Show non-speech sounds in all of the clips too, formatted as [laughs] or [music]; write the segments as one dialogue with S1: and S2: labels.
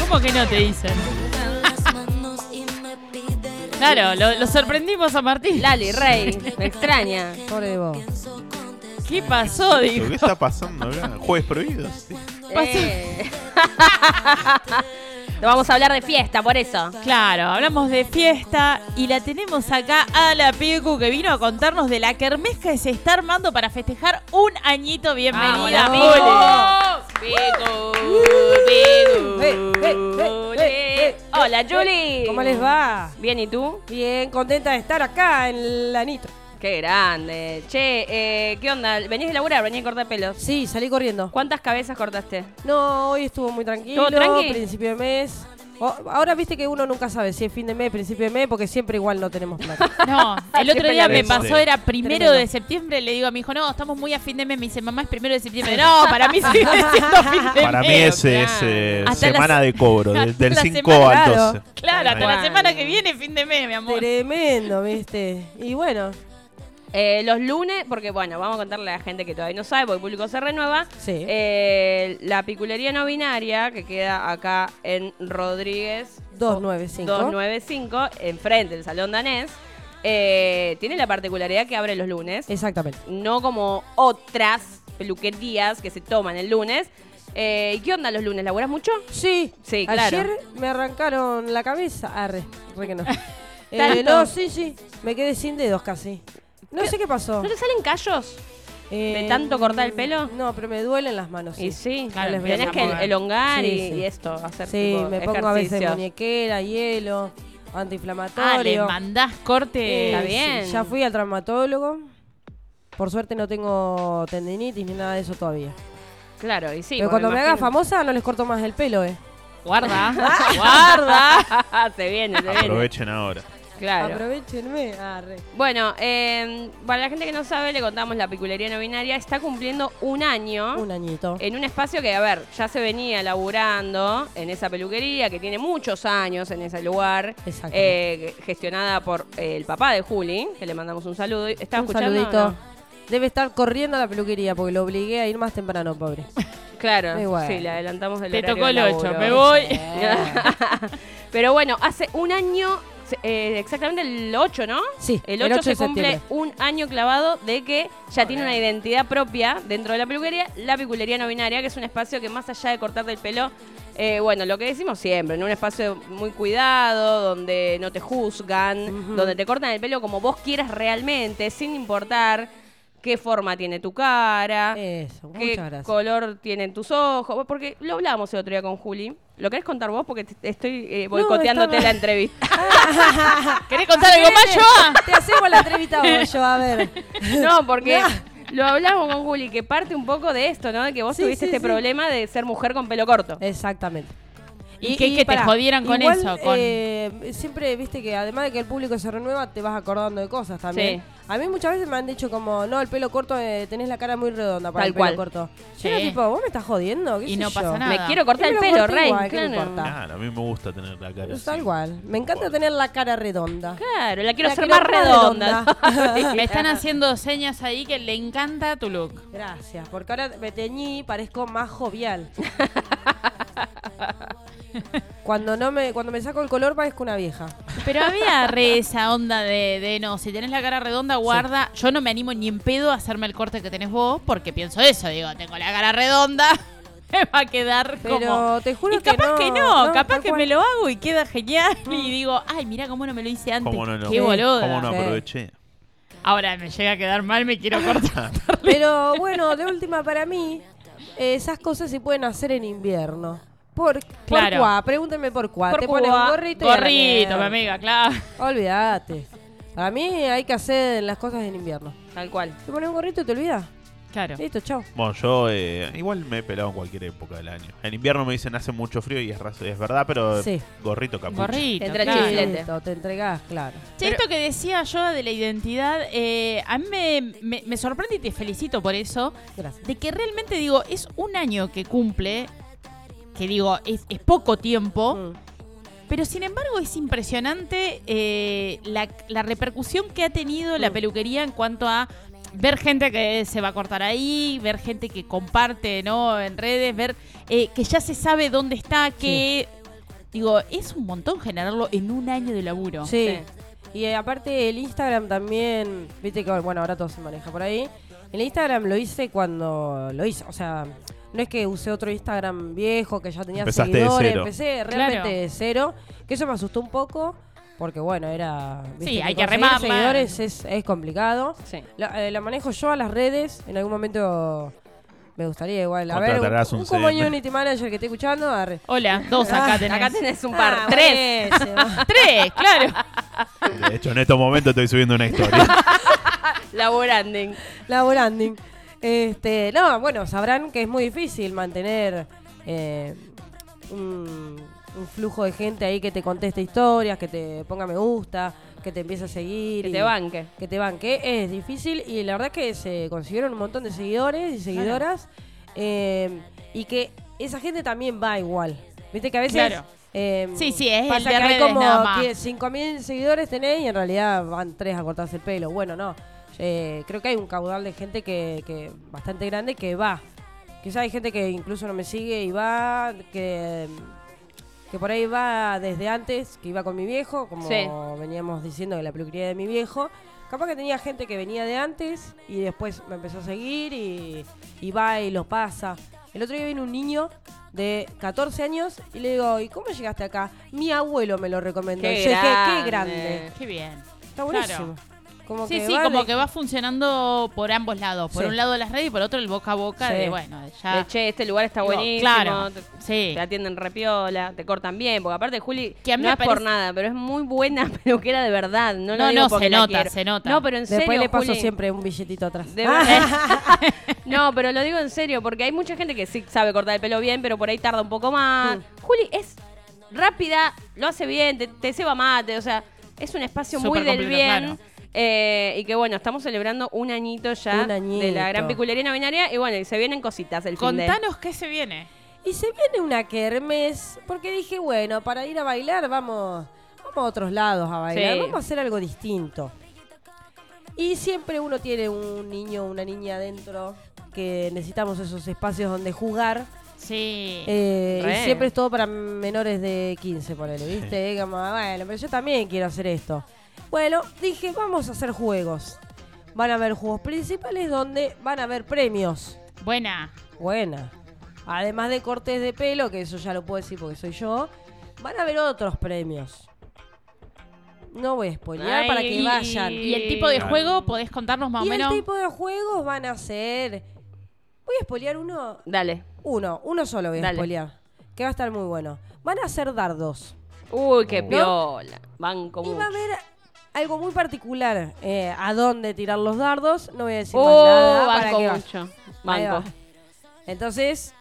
S1: ¿Cómo que no te dicen? Claro, lo, lo sorprendimos a Martín.
S2: Lali, Rey, me extraña. Pobre de vos.
S1: ¿Qué pasó? Dijo.
S3: ¿Qué está pasando [laughs] acá? Jueves prohibidos. sí.
S2: Eh. No vamos a hablar de fiesta, por eso.
S1: Claro, hablamos de fiesta y la tenemos acá a la Picu que vino a contarnos de la kermés que se está armando para festejar un añito. Bienvenida,
S2: Vamos, la Hola, Julie.
S4: ¿Cómo les va?
S2: Bien, ¿y tú?
S4: Bien, contenta de estar acá en Lanito.
S2: Qué grande. Che, eh, ¿qué onda? ¿Venís de laburar? ¿Venís a cortar pelos?
S4: Sí, salí corriendo.
S2: ¿Cuántas cabezas cortaste?
S4: No, hoy estuvo muy tranquilo.
S2: ¿Estuvo tranqui?
S4: Principio de mes. O- ahora viste que uno nunca sabe si es fin de mes, principio de mes, porque siempre igual no tenemos plata.
S2: [laughs]
S1: No, el otro día me pasó, era primero
S4: Tremendo.
S1: de septiembre, le digo a mi hijo, no, estamos muy a fin de mes, me dice, mamá, es primero de septiembre. No, para mí sigue siendo fin de
S3: Para mí
S1: mes.
S3: ese es
S2: claro.
S3: eh,
S1: Hasta la
S3: semana
S1: se-
S3: de cobro, de-
S1: hasta
S3: del
S1: la
S3: 5
S1: semana,
S3: al
S4: claro.
S3: 12.
S1: Claro, hasta la
S2: Ay.
S1: semana que viene, fin de mes, mi amor.
S4: Tremendo, viste. Y bueno,
S2: Eh, los lunes, porque bueno, vamos a contarle a la gente que todavía no sabe, porque el público se renueva.
S4: Sí.
S2: Eh, la piculería no binaria, que queda acá en Rodríguez
S4: 295.
S2: 295, enfrente del Salón Danés, eh, tiene la particularidad que abre los lunes.
S4: Exactamente.
S2: no como otras peluquerías que se toman el lunes. Eh, ¿Y qué onda los lunes? ¿Laburás mucho?
S4: Sí,
S2: Sí,
S4: ayer
S2: claro.
S4: me arrancaron la cabeza. Arre,
S2: [laughs]
S4: re que no. Eh,
S2: Tanto.
S4: no, sí, sí. Me quedé sin dedos casi. No sé qué pasó.
S2: ¿No te salen callos?
S4: Eh,
S2: ¿De tanto cortar el pelo?
S4: No, pero me duelen las manos. Sí,
S2: Y sí,
S1: Claro,
S4: les
S2: tenés
S1: empiezan
S2: que
S1: a mover.
S2: elongar
S4: Sí,
S2: y,
S4: sí.
S2: y esto, hacer
S4: Sí,
S2: tipo
S4: me pongo a
S2: ejercicios.
S4: veces muñequera, hielo, antiinflamatorio.
S1: Ah, le mandás
S4: Eh,
S1: corte.
S2: Está
S4: sí,
S2: bien.
S4: ya fui al traumatólogo. Por suerte no tengo tendinitis ni nada de eso todavía.
S2: Claro, y sí.
S4: pero
S2: porque
S4: cuando me haga
S2: imagino-
S4: famosa no les corto más el pelo, eh.
S1: Guarda, [laughs] Ah. guarda.
S2: [laughs] se viene, se viene.
S3: Aprovechen ahora.
S2: Claro.
S4: Aprovechenme. Ah, Arre.
S2: Bueno, eh, para la gente que no sabe, le contamos la piculería no binaria. Está cumpliendo un año.
S4: Un añito.
S2: En un espacio que, a ver, ya se venía laburando en esa peluquería, que tiene muchos años en ese lugar,
S4: Exactamente.
S2: eh, gestionada por eh, el papá de Juli, que le mandamos un saludo. ¿Estaba
S4: Un
S2: escuchando?
S4: saludito.
S2: No.
S4: Debe estar corriendo a la peluquería porque lo obligué a ir más temprano,
S2: [laughs]
S4: pobre.
S2: Claro,
S4: Muy bueno.
S2: sí, le adelantamos el
S1: Te
S2: horario
S1: tocó
S2: de
S1: el 8,
S2: laburo.
S1: me voy.
S4: Eh,
S2: Pero bueno, hace un año, se- eh, exactamente el 8, ¿no?
S4: Sí,
S2: El
S4: el
S2: 8,
S4: 8
S2: se
S4: de
S2: cumple
S4: septiembre.
S2: un año clavado de que ya tiene una identidad propia dentro de la peluquería, la piculería no binaria, que es un espacio que más allá de cortarte el pelo, eh, bueno, lo que decimos siempre, en un espacio muy cuidado, donde no te juzgan, donde te cortan el pelo como vos quieras realmente, sin importar qué forma tiene tu
S4: Eh,
S2: cara,
S4: Eso,
S2: [laughs] qué
S4: muchas gracias.
S2: color tienen tus ojos, porque lo hablábamos el otro día con Juli. ¿Lo querés contar vos? Porque te- estoy eh, boicoteándote
S4: está
S2: la entrevista.
S4: [laughs]
S1: ¿Querés contar algo más, Joa?
S4: Te hacemos la entrevista vos, yo, a ver.
S2: No, porque
S4: No.
S2: lo hablamos con Juli, que parte un poco de esto, ¿no? De que vos
S4: Sí,
S2: tuviste
S4: sí,
S2: este
S4: sí.
S2: problema de ser mujer con pelo corto.
S4: Exactamente.
S1: Y que- que te
S4: pará,
S1: jodieran con
S4: igual,
S1: eso, con-
S4: eh, siempre, viste que además de que el público se renueva, te vas acordando de cosas también.
S2: Sí.
S4: A mí muchas veces me han dicho como, no, el pelo corto, eh, tenés la cara muy redonda para
S2: Tal
S4: el pelo
S2: cual.
S4: corto.
S1: Sí.
S4: Yo era tipo, vos me estás jodiendo, ¿Qué
S1: Y
S4: sé
S1: no
S4: yo?
S1: pasa nada.
S2: Me quiero cortar
S4: Y
S2: el
S4: me lo
S2: pelo,
S4: corté
S2: Rey.
S4: igual, ¿qué me
S2: Claro.
S4: importa?
S3: Claro, a mí me gusta tener la cara. así.
S4: Tal cual. Me encanta
S3: Bueno.
S4: tener la cara redonda.
S2: Claro, la quiero
S4: La
S2: hacer
S4: quiero
S2: más
S4: más
S1: [laughs]
S2: redonda.
S1: Me están haciendo señas ahí que le encanta tu look.
S4: Gracias, porque ahora me teñí, parezco
S1: [laughs]
S4: más jovial. cuando no me cuando me saco el color parezco una vieja.
S1: Pero había re esa onda de, de, no, si tenés la cara redonda, guarda. Yo no me animo ni en pedo a hacerme el corte que tenés vos, porque pienso eso, digo, tengo la cara redonda, [laughs] me va a quedar
S4: Pero
S1: como.
S4: te juro
S1: y
S4: que
S1: capaz
S4: no,
S1: que no, Mm.
S4: no,
S1: capaz
S4: tal
S1: que
S4: cual.
S1: me lo hago y queda genial. Y digo, ay, mira cómo no me lo hice antes.
S3: ¿Cómo no, no?
S1: Qué boluda.
S3: ¿Cómo no
S4: Sí.
S3: aproveché?
S1: Ahora me llega a quedar mal, me
S3: [laughs]
S1: quiero cortar.
S4: Pero bueno, de última para mí, eh, esas cosas se pueden hacer en invierno. Por,
S1: Claro.
S4: por cuá, pregúntenme por cuá.
S2: Por
S4: Te pones
S2: cuá,
S4: un gorrito y a la
S1: Gorrito,
S4: mierda.
S1: mi amiga, claro.
S4: Olvídate. Para mí hay que hacer las cosas en invierno.
S2: [laughs] Tal cual.
S4: Te pones un gorrito y te olvidas.
S1: Claro.
S4: Listo, chao.
S3: Bueno, yo eh, igual me he pelado en cualquier época del año. En invierno me dicen hace mucho frío y es, raz- es verdad, pero
S4: Sí.
S3: gorrito capucha.
S1: Gorrito.
S2: Entre
S1: claro.
S2: chifletes.
S4: Listo, te entregás, claro.
S1: Che, esto que decía yo de la identidad, eh, a mí me, me- me sorprende y te felicito por eso,
S4: Gracias.
S1: de que realmente digo, es un año que cumple, que digo, es, es poco tiempo,
S4: Mm.
S1: pero sin embargo es impresionante eh, la, la repercusión que ha tenido la
S4: Mm.
S1: peluquería en cuanto a ver gente que se va a cortar ahí, ver gente que comparte ¿no? en redes, ver eh, que ya se sabe dónde está, qué... Digo, es un montón generarlo en un año de laburo.
S4: Sí. Y eh, aparte el Instagram también, viste que bueno, ahora todo se maneja por ahí. El Instagram lo hice cuando lo hice, o sea, no es que usé otro Instagram viejo que ya tenía
S3: Empezaste de
S4: seguidores,
S3: cero.
S4: empecé
S1: Claro.
S4: realmente de cero, que eso me asustó un poco porque bueno, era viste,
S1: Sí, hay que
S4: conseguir
S1: remarla.
S4: seguidores es, es complicado.
S2: Sí.
S4: La, eh, la manejo yo a las redes, en algún momento me gustaría igual a ver
S3: Contratarás
S4: un,
S3: un
S4: un
S3: CM.
S4: community manager que esté escuchando, arre.
S1: Hola, dos acá tenés.
S2: Acá tenés un par.
S4: Ah,
S2: tres.
S4: buenísimo.
S1: Tres, claro.
S4: [laughs]
S3: De hecho, en estos momentos estoy subiendo una historia.
S2: Laboranding.
S4: La branding. Este, no, bueno, sabrán que es muy difícil mantener eh, un, un flujo de gente ahí que te conteste historias, que te ponga me gusta, que te empiece a seguir.
S2: Que
S4: y-
S2: te banque.
S4: Que te banque. Es difícil y la verdad que se consiguieron un montón de seguidores y seguidoras. eh, y que esa gente también va igual. Viste que a veces...
S1: Claro.
S4: eh,
S1: Sí, sí, es el
S4: pasa
S1: de
S4: que hay
S1: redes
S4: como
S1: nada más.
S4: que 5.000 seguidores tenés y en realidad van tres a cortarse el pelo. Bueno, no. Eh, creo que hay un caudal de gente que, que bastante grande que va. Quizá hay gente que incluso no me sigue y va, que, que por ahí va desde antes, que iba con mi viejo, como
S2: Sí.
S4: veníamos diciendo que la peluquería de mi viejo. Capaz que tenía gente que venía de antes y después me empezó a seguir y, y va y lo pasa. El otro día vino un niño de 14 años y le digo, ¿y cómo llegaste acá? Mi abuelo me lo recomendó.
S2: Qué
S4: Y yo dije,
S2: grande".
S4: qué grande.
S1: Qué bien.
S4: Está buenísimo. Como
S1: Sí,
S4: que
S1: sí,
S4: va
S1: como
S4: de-
S1: que va funcionando por ambos lados. Por
S4: Sí.
S1: un lado las redes y por otro el boca a boca
S4: Sí.
S1: de, bueno, de
S4: Ah.
S1: ya...
S2: De, che, este lugar está
S1: Digo,
S2: buenísimo.
S1: claro,
S2: Te,
S1: sí.
S2: te atienden repiola, te cortan bien. Porque aparte, Juli,
S1: Que a mí
S2: no
S1: me
S2: es por
S1: parece-
S2: nada, pero es muy buena [laughs] pero que era de verdad. No, lo
S1: No,
S2: digo
S1: no,
S2: porque
S1: se
S2: la
S1: nota,
S2: quiero.
S1: se nota.
S2: No, pero en
S4: Después
S2: serio,
S4: le paso
S2: Juli,
S4: siempre un billetito atrás.
S2: de
S4: Ah,
S2: verdad. [laughs] no, pero lo digo en serio, porque hay mucha gente que sí sabe cortar el pelo bien, pero por ahí tarda un poco más.
S4: Mm.
S2: Juli es rápida, lo hace bien, te, te ceba mate, o sea, es un espacio
S1: Súper
S2: muy del
S1: completo,
S2: bien.
S1: claro.
S2: eh, y que bueno, estamos celebrando un añito ya
S4: Un añito.
S2: de la gran piculería no binaria. Y bueno, y se vienen cositas el fin de-
S1: Contanos qué se viene.
S4: [laughs] Y se viene una kermes, porque dije, bueno, para ir a bailar vamos, vamos a otros lados a bailar,
S2: Sí.
S4: vamos a hacer algo distinto. Y siempre uno tiene un niño o una niña adentro que necesitamos esos espacios donde jugar.
S1: Sí.
S4: eh,
S2: Re.
S4: y siempre es todo para menores de 15, ponele, ¿viste? Eh, como, bueno, pero yo también quiero hacer esto. Bueno, dije, vamos a hacer juegos. Van a haber juegos principales donde van a haber premios.
S1: Buena.
S4: Buena. Además de cortes de pelo, que eso ya lo puedo decir porque soy yo, van a haber otros premios. No voy a spoilear
S2: Ay,
S4: para que
S2: y-
S4: vayan.
S2: y-
S4: Y,
S1: Y el tipo de
S3: Claro.
S1: juego, podés contarnos más o
S4: el
S1: menos.
S4: tipo de juegos van a ser. Voy a spoilear uno.
S2: Dale.
S4: Uno, uno solo voy a
S2: Dale.
S4: spoilear. Que va a estar muy bueno. Van a ser dardos.
S2: Uy, qué
S3: ¿No?
S2: piola. Banco
S4: Y
S2: mucho.
S4: va a haber algo muy particular eh, a dónde tirar los dardos. No voy a decir más
S2: Oh,
S4: nada. para
S2: banco
S4: que vayan.
S2: mucho.
S4: Ahí
S2: Banco.
S4: va. Entonces,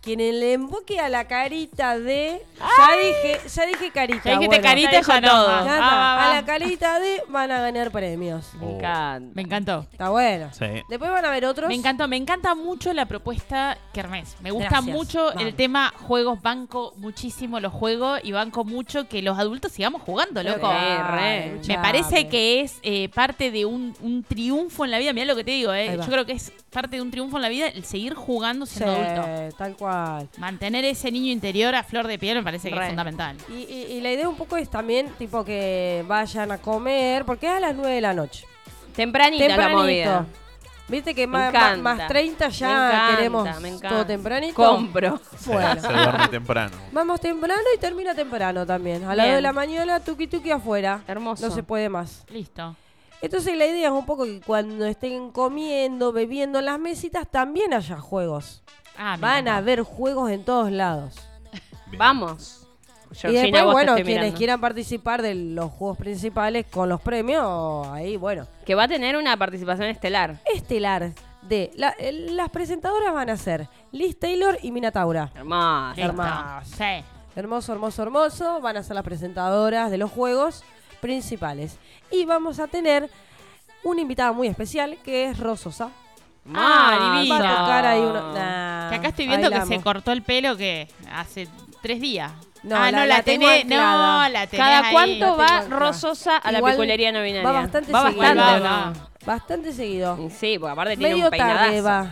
S4: quien le emboque a la carita de. Ya dije, ya dije carita.
S1: Ya dijiste
S4: bueno.
S1: carita, ya
S2: ya dijo
S1: no.
S2: todo.
S1: Ah,
S4: Ya
S1: va,
S4: está,
S1: va, va.
S4: A la carita de van a ganar premios.
S2: Me
S3: Oh.
S2: encanta.
S1: Me encantó.
S4: Está bueno.
S3: Sí.
S4: Después van a ver otros.
S1: Me encantó, me encanta mucho la propuesta Kermés. Me gusta
S4: Gracias.
S1: mucho el
S4: Vamos.
S1: tema juegos, banco muchísimo los juegos y banco mucho que los adultos sigamos jugando, loco.
S2: Re, re.
S1: Me parece que es eh, parte de un, un triunfo en la vida. Mirá lo que te digo, eh.
S4: Ahí va.
S1: yo creo que es parte de un triunfo en la vida el seguir jugando
S4: Sí,
S1: siendo adulto.
S4: tal cual.
S1: Mantener ese niño interior a flor de piel me parece que
S2: Re.
S1: es fundamental.
S4: Y, y- y la idea un poco es también, tipo, que vayan a comer, porque es a las 9 de la noche.
S2: Tempranita la movida.
S4: Viste que
S2: Me
S4: más, más,
S2: encanta.
S4: más 30 ya
S2: Me encanta,
S4: queremos
S2: me encanta.
S4: todo tempranito.
S2: Compro.
S3: Se,
S4: Bueno.
S3: se duerme temprano.
S4: Vamos temprano y termina temprano también. A las
S2: Bien.
S4: 2 de la mañana, tuki tuki afuera.
S2: Hermoso.
S4: No se puede más.
S1: Listo.
S4: Entonces la idea es un poco que cuando estén comiendo, bebiendo en las mesitas, también haya juegos.
S1: Ah, me
S4: Van a
S1: encantó.
S4: haber juegos en todos lados.
S3: Bien.
S2: Vamos.
S4: y
S2: Georgina,
S4: después,
S2: vos te
S4: bueno,
S2: estoy
S4: quienes
S2: mirando.
S4: quieran participar de los juegos principales con los premios, ahí, bueno.
S2: Que va a tener una participación estelar.
S4: Estelar de... la- eh, las presentadoras van a ser Liz Taylor y Mina Taura.
S2: Hermoso.
S1: Listo.
S4: Hermoso.
S1: Sí.
S4: Hermoso, hermoso, hermoso. Van a ser las presentadoras de los juegos principales. Y vamos a tener una invitada muy especial que es Rososa.
S1: Ah, divino.
S4: Va a tocar ahí uno.
S1: Que
S4: Ah,
S1: acá estoy viendo que se
S4: corta.
S1: cortó el pelo que hace tres días.
S4: No,
S1: ah,
S4: la-
S1: no,
S4: la
S1: la,
S4: tengo
S1: tenés.
S4: anclada.
S1: No, la tenés.
S2: ¿Cada
S1: ahí.
S2: cuánto
S4: La
S2: va
S4: tengo acá.
S2: Rososa a la
S4: Igual
S2: peculería no binaria?
S4: Va bastante
S2: Va
S4: seguido.
S2: bastante.
S1: Va,
S4: Bastante seguido.
S2: Y Sí, porque aparte tiene
S4: Medio
S2: un peinadazo.
S4: tarde va.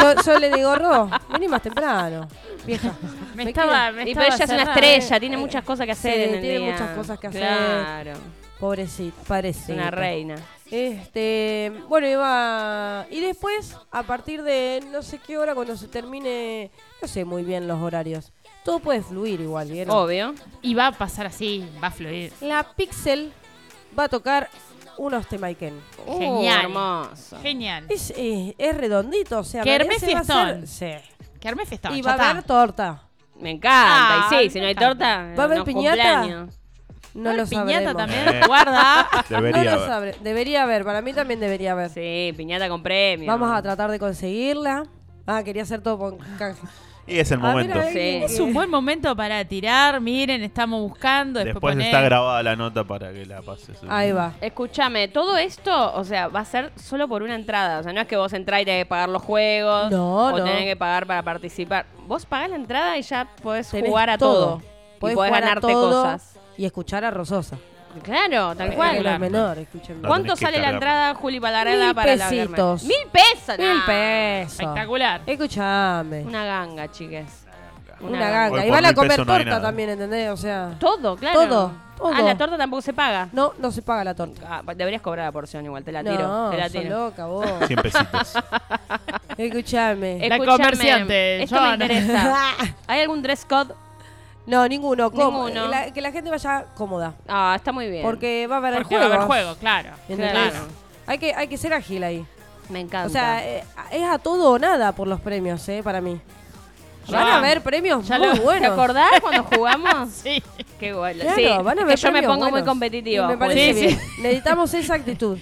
S4: Yo, yo le digo, Ro, vení más temprano, vieja.
S1: [laughs] Me,
S4: Me
S1: estaba,
S4: quiero-
S1: me
S2: Y pero
S1: estaba
S2: ella es una
S1: cerrada,
S2: estrella,
S1: eh.
S2: tiene muchas cosas que
S4: Sí,
S2: hacer en el
S4: tiene
S2: día.
S4: muchas cosas que hacer.
S2: Claro,
S4: Pobrecita,
S2: es
S4: parece.
S2: una reina.
S4: Este, bueno, iba. Y después, a partir de no sé qué hora, cuando se termine, no sé muy bien los horarios. Todo puede fluir igual, ¿vieron?
S2: Obvio.
S1: Y va a pasar así, va a fluir.
S4: La Pixel va a tocar unos temaiken.
S2: Uh,
S1: Genial.
S2: hermoso.
S1: Genial.
S4: Es, eh, es redondito, o sea,
S1: Que
S4: en realidad
S1: arme
S4: se va a hacer-
S1: fiestón.
S4: Sí.
S1: Que arme fiesta.
S4: Y
S1: ya
S4: va a
S1: está.
S4: haber torta.
S2: Me
S1: Ah,
S2: encanta. y sí,
S1: me
S2: si no hay
S1: encanta.
S2: torta,
S4: ¿Va a haber
S2: no,
S4: piñata?
S2: cumpleaños.
S4: No
S1: Ah,
S4: lo
S1: piñata
S4: sabremos.
S1: también.
S3: Eh.
S1: Guarda.
S3: Debería
S4: no lo
S3: haber.
S4: sabre- Debería haber, para mí también debería haber.
S2: Sí, piñata con premio.
S4: Vamos a tratar de conseguirla. Ah, quería hacer todo con canje.
S3: Y es el
S4: Ah,
S3: momento.
S4: mira,
S2: Sí.
S4: alguien
S1: Es un buen momento para tirar. Miren, estamos buscando. Después,
S3: Después
S1: poner-
S3: está grabada la nota para que la pases. eh,
S4: Ahí va.
S2: Escúchame, todo esto, o sea, va a ser solo por una entrada. O sea, no es que vos entrás y tenés que pagar los juegos.
S4: No,
S2: o
S4: no.
S2: tenés que pagar para participar. Vos pagás la entrada y ya podés
S4: Tenés
S2: jugar a todo. Y podés
S4: Podés jugar a
S2: ganarte
S4: todo
S2: cosas.
S4: Y escuchar a Rososa.
S2: Claro, tal cual.
S4: Porque Los menores, escúchenme.
S3: No
S2: ¿Cuánto
S3: tenés que
S2: sale la
S3: cargar.
S2: entrada, Juli Palarela,
S4: Mil
S2: para
S4: pesitos.
S2: la Mil pesos. nah.
S4: Mil pesos.
S1: Espectacular.
S4: Escuchame. Una,
S2: Una ganga, chiques.
S4: ganga.
S3: Hoy
S4: y
S3: por
S4: van a
S3: mil
S4: comer
S3: pesos no hay
S4: torta
S3: nada.
S4: también, ¿entendés? O sea.
S2: Todo, claro.
S4: Todo, todo.
S2: Ah, la torta tampoco se paga.
S4: No, no se paga la torta.
S2: Ah, deberías cobrar la porción igual, te la tiro.
S4: no,
S2: te la
S4: sos
S2: tiro.
S4: loca vos.
S3: 100
S2: [laughs]
S3: pesitos.
S4: Escuchame.
S1: La
S2: Escúchame,
S1: comerciante,
S2: Esto me
S1: Joan.
S4: [laughs]
S2: interesa. ¿Hay algún dress code?
S4: No, ninguno. como-
S2: Ninguno.
S4: la- que la gente vaya cómoda.
S2: Ah, está muy bien.
S4: Porque va a haber
S1: Porque va a
S4: juego.
S1: haber juego, claro.
S4: ¿Entendés?
S2: Claro.
S4: Hay, que, hay que ser ágil ahí.
S2: me encanta.
S4: O sea, eh, es a todo o nada por los premios, ¿eh? Para mí. Van
S1: Ya.
S4: a haber premios
S1: Ya
S4: muy
S1: lo-
S2: ¿te
S4: buenos.
S2: acordás cuando
S1: [laughs]
S2: jugamos?
S1: Sí.
S2: Qué bueno.
S4: Claro,
S2: sí,
S4: van
S2: es
S4: a haber
S2: que yo me
S4: premios
S2: pongo muy
S4: buenos.
S2: competitiva.
S4: Y Me
S2: Juli.
S4: parece
S1: Sí,
S4: bien. Necesitamos
S2: [laughs]
S4: esa actitud.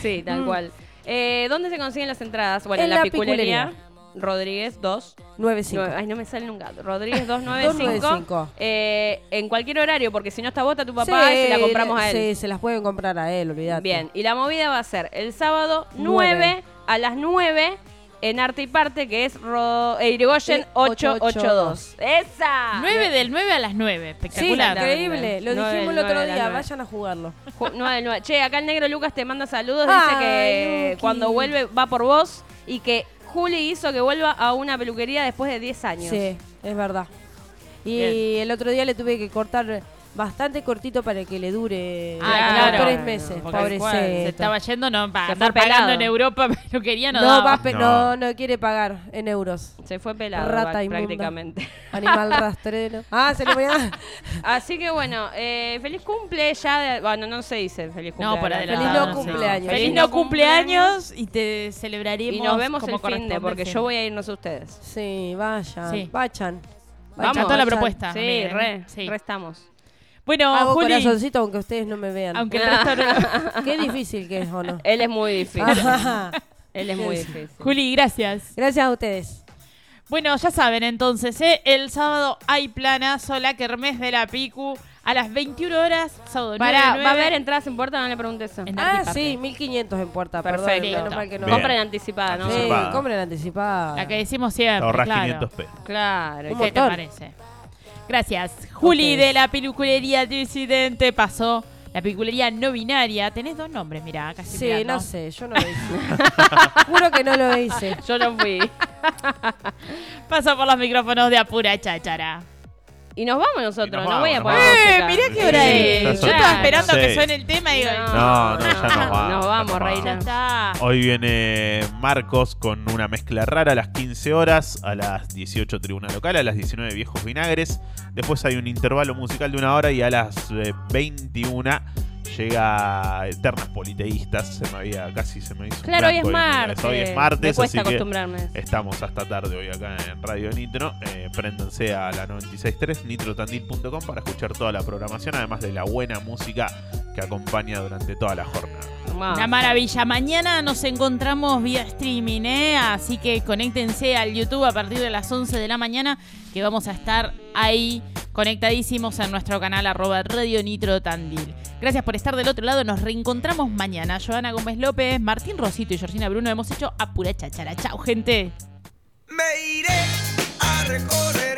S2: Sí, tal cual. Eh, ¿Dónde se consiguen las entradas? Bueno,
S4: En
S2: Mm. en la
S4: la
S2: piculería. Rodríguez 2.
S4: 9-5.
S2: Ay, no me sale nunca. Rodríguez [laughs]
S4: 295.
S2: 295. eh, en cualquier horario, porque si no está vota tu papá y se la compramos a él.
S4: Sí, se las pueden comprar a él, olvídate.
S2: Bien, y la movida va a ser el sábado
S4: Nueve.
S2: 9 a las 9 en Arte y Parte, que es Ro- eh, Irigoyen
S4: Sí,
S2: 882. ¡Esa!
S1: 9 del 9 a las 9.
S4: Ah, Sí,
S1: Espectacular.
S4: increíble. Lo
S2: Nueve,
S4: dijimos el
S2: nueve,
S4: otro
S2: la
S4: día.
S2: nueve.
S4: Vayan a jugarlo.
S2: Ju- nueve del nueve. Che, acá el negro Lucas te manda saludos.
S4: Ay,
S2: Dice que
S4: Luqui.
S2: cuando vuelve va por vos y que Juli hizo que vuelva a una peluquería después de 10 años.
S4: Sí, es verdad. Y
S2: Bien.
S4: el otro día le tuve que cortar bastante cortito para que le dure
S1: Ah,
S4: como
S1: claro.
S4: tres meses.
S1: Porque el
S4: Pobrecito.
S2: cual
S1: Se estaba yendo, no, para
S2: Se
S1: andar
S2: fue pelado.
S1: pagando en Europa, [laughs] pero quería no,
S4: no,
S1: daba.
S4: va pe- no.
S3: No.
S4: no quiere pagar en euros.
S2: Se fue pelado
S4: Rata
S2: va-
S4: inmunda.
S2: prácticamente. [laughs]
S4: Animal rastrero. Ah, se lo voy a.
S2: Así que bueno, eh, feliz cumple ya. de- bueno, no se dice feliz cumple.
S1: No, por adelantado.
S4: Feliz no
S1: sí.
S4: cumpleaños.
S1: Feliz no cumpleaños y te celebraremos.
S2: Y nos vemos
S1: como
S2: el fin de,
S1: corresponde
S2: porque
S1: siempre.
S2: yo voy a irnos a ustedes.
S4: [laughs] Sí, vayan.
S1: Sí.
S4: Vayan.
S1: Me encantó
S2: Vamos.
S1: la propuesta.
S2: Sí,
S1: miren.
S2: re,
S1: Sí.
S2: re estamos.
S1: Bueno,
S4: Hago
S1: Juli,
S4: corazoncito aunque ustedes no me vean. [laughs]
S1: aunque el
S2: [laughs]
S1: restaurante...
S4: Qué difícil que es,
S1: [laughs]
S4: ¿o no?
S2: Él es muy
S4: Ah.
S2: difícil.
S4: Ajá.
S2: Él es muy difícil.
S1: Juli, gracias.
S4: Gracias a ustedes.
S1: Bueno, ya saben entonces, ¿eh? el sábado hay planazo, la kermés de la Picu, a las 21 horas, sábado
S2: Para,
S1: 9,
S2: ¿va a haber entradas en puerta? No le preguntes eso.
S1: En
S4: Ah,
S1: Antiparte.
S4: sí, 1500 en puerta. Perdón,
S2: Perfecto.
S4: menos mal que no.
S3: Bien.
S2: Compren anticipada, ¿no?
S4: Sí,
S3: Anticipada.
S4: compren anticipada.
S1: La que decimos siempre,
S3: ahorras
S1: claro.
S3: 500 pesos.
S2: Claro.
S4: Un
S1: ¿Qué te
S4: montón.
S1: parece? Gracias. Juli
S4: Ok.
S1: de la Piculería Disidente pasó. La Piculería No Binaria. Tenés dos nombres, mira, casi
S4: Sí,
S1: mirando.
S4: no sé, yo no lo hice.
S1: [laughs]
S4: Juro que no lo hice.
S2: Yo no fui.
S1: Pasó por los micrófonos de Apura Cháchara.
S2: Y nos vamos nosotros.
S3: Y nos
S2: no voy a
S3: vamos,
S2: poner.
S3: nos
S1: Eh,
S2: música.
S1: mirá qué
S3: Sí,
S1: hora es.
S3: ya
S1: Yo
S3: son
S1: estaba
S3: las
S1: esperando que
S3: seis.
S1: suene el tema y digo,
S3: No, no, ya nos vamos,
S2: Nos
S3: ya
S2: vamos,
S3: nos
S1: ya
S2: reina.
S1: está.
S3: Hoy viene Marcos con una mezcla rara a las 15 horas, a las 18 tribuna local, a las 19 viejos vinagres. Después hay un intervalo musical de una hora y a las eh, 21 llega Eternas Politeístas. Se me había, casi se me hizo. un
S2: Claro, hoy es
S3: blanco
S2: martes.
S3: Hoy
S1: eh,
S3: es
S2: Me
S3: martes,
S2: cuesta
S3: así que
S2: acostumbrarme. a eso.
S3: estamos hasta tarde hoy acá en Radio Nitro. Eh, préndanse a la 963 nitrotandil.com para escuchar toda la programación, además de la buena música que acompaña durante toda la jornada.
S2: Vamos.
S1: Una maravilla. Mañana nos encontramos vía streaming, ¿eh? Así que conéctense al YouTube a partir de las 11 de la mañana, que vamos a estar ahí conectadísimos en nuestro canal arroba Radio Nitro Tandil. Gracias por estar del otro lado. Nos reencontramos mañana. Joana Gómez López, Martín Rosito y Georgina Bruno hemos hecho a pura chachara. Chao, gente.
S5: Me iré a recorrer.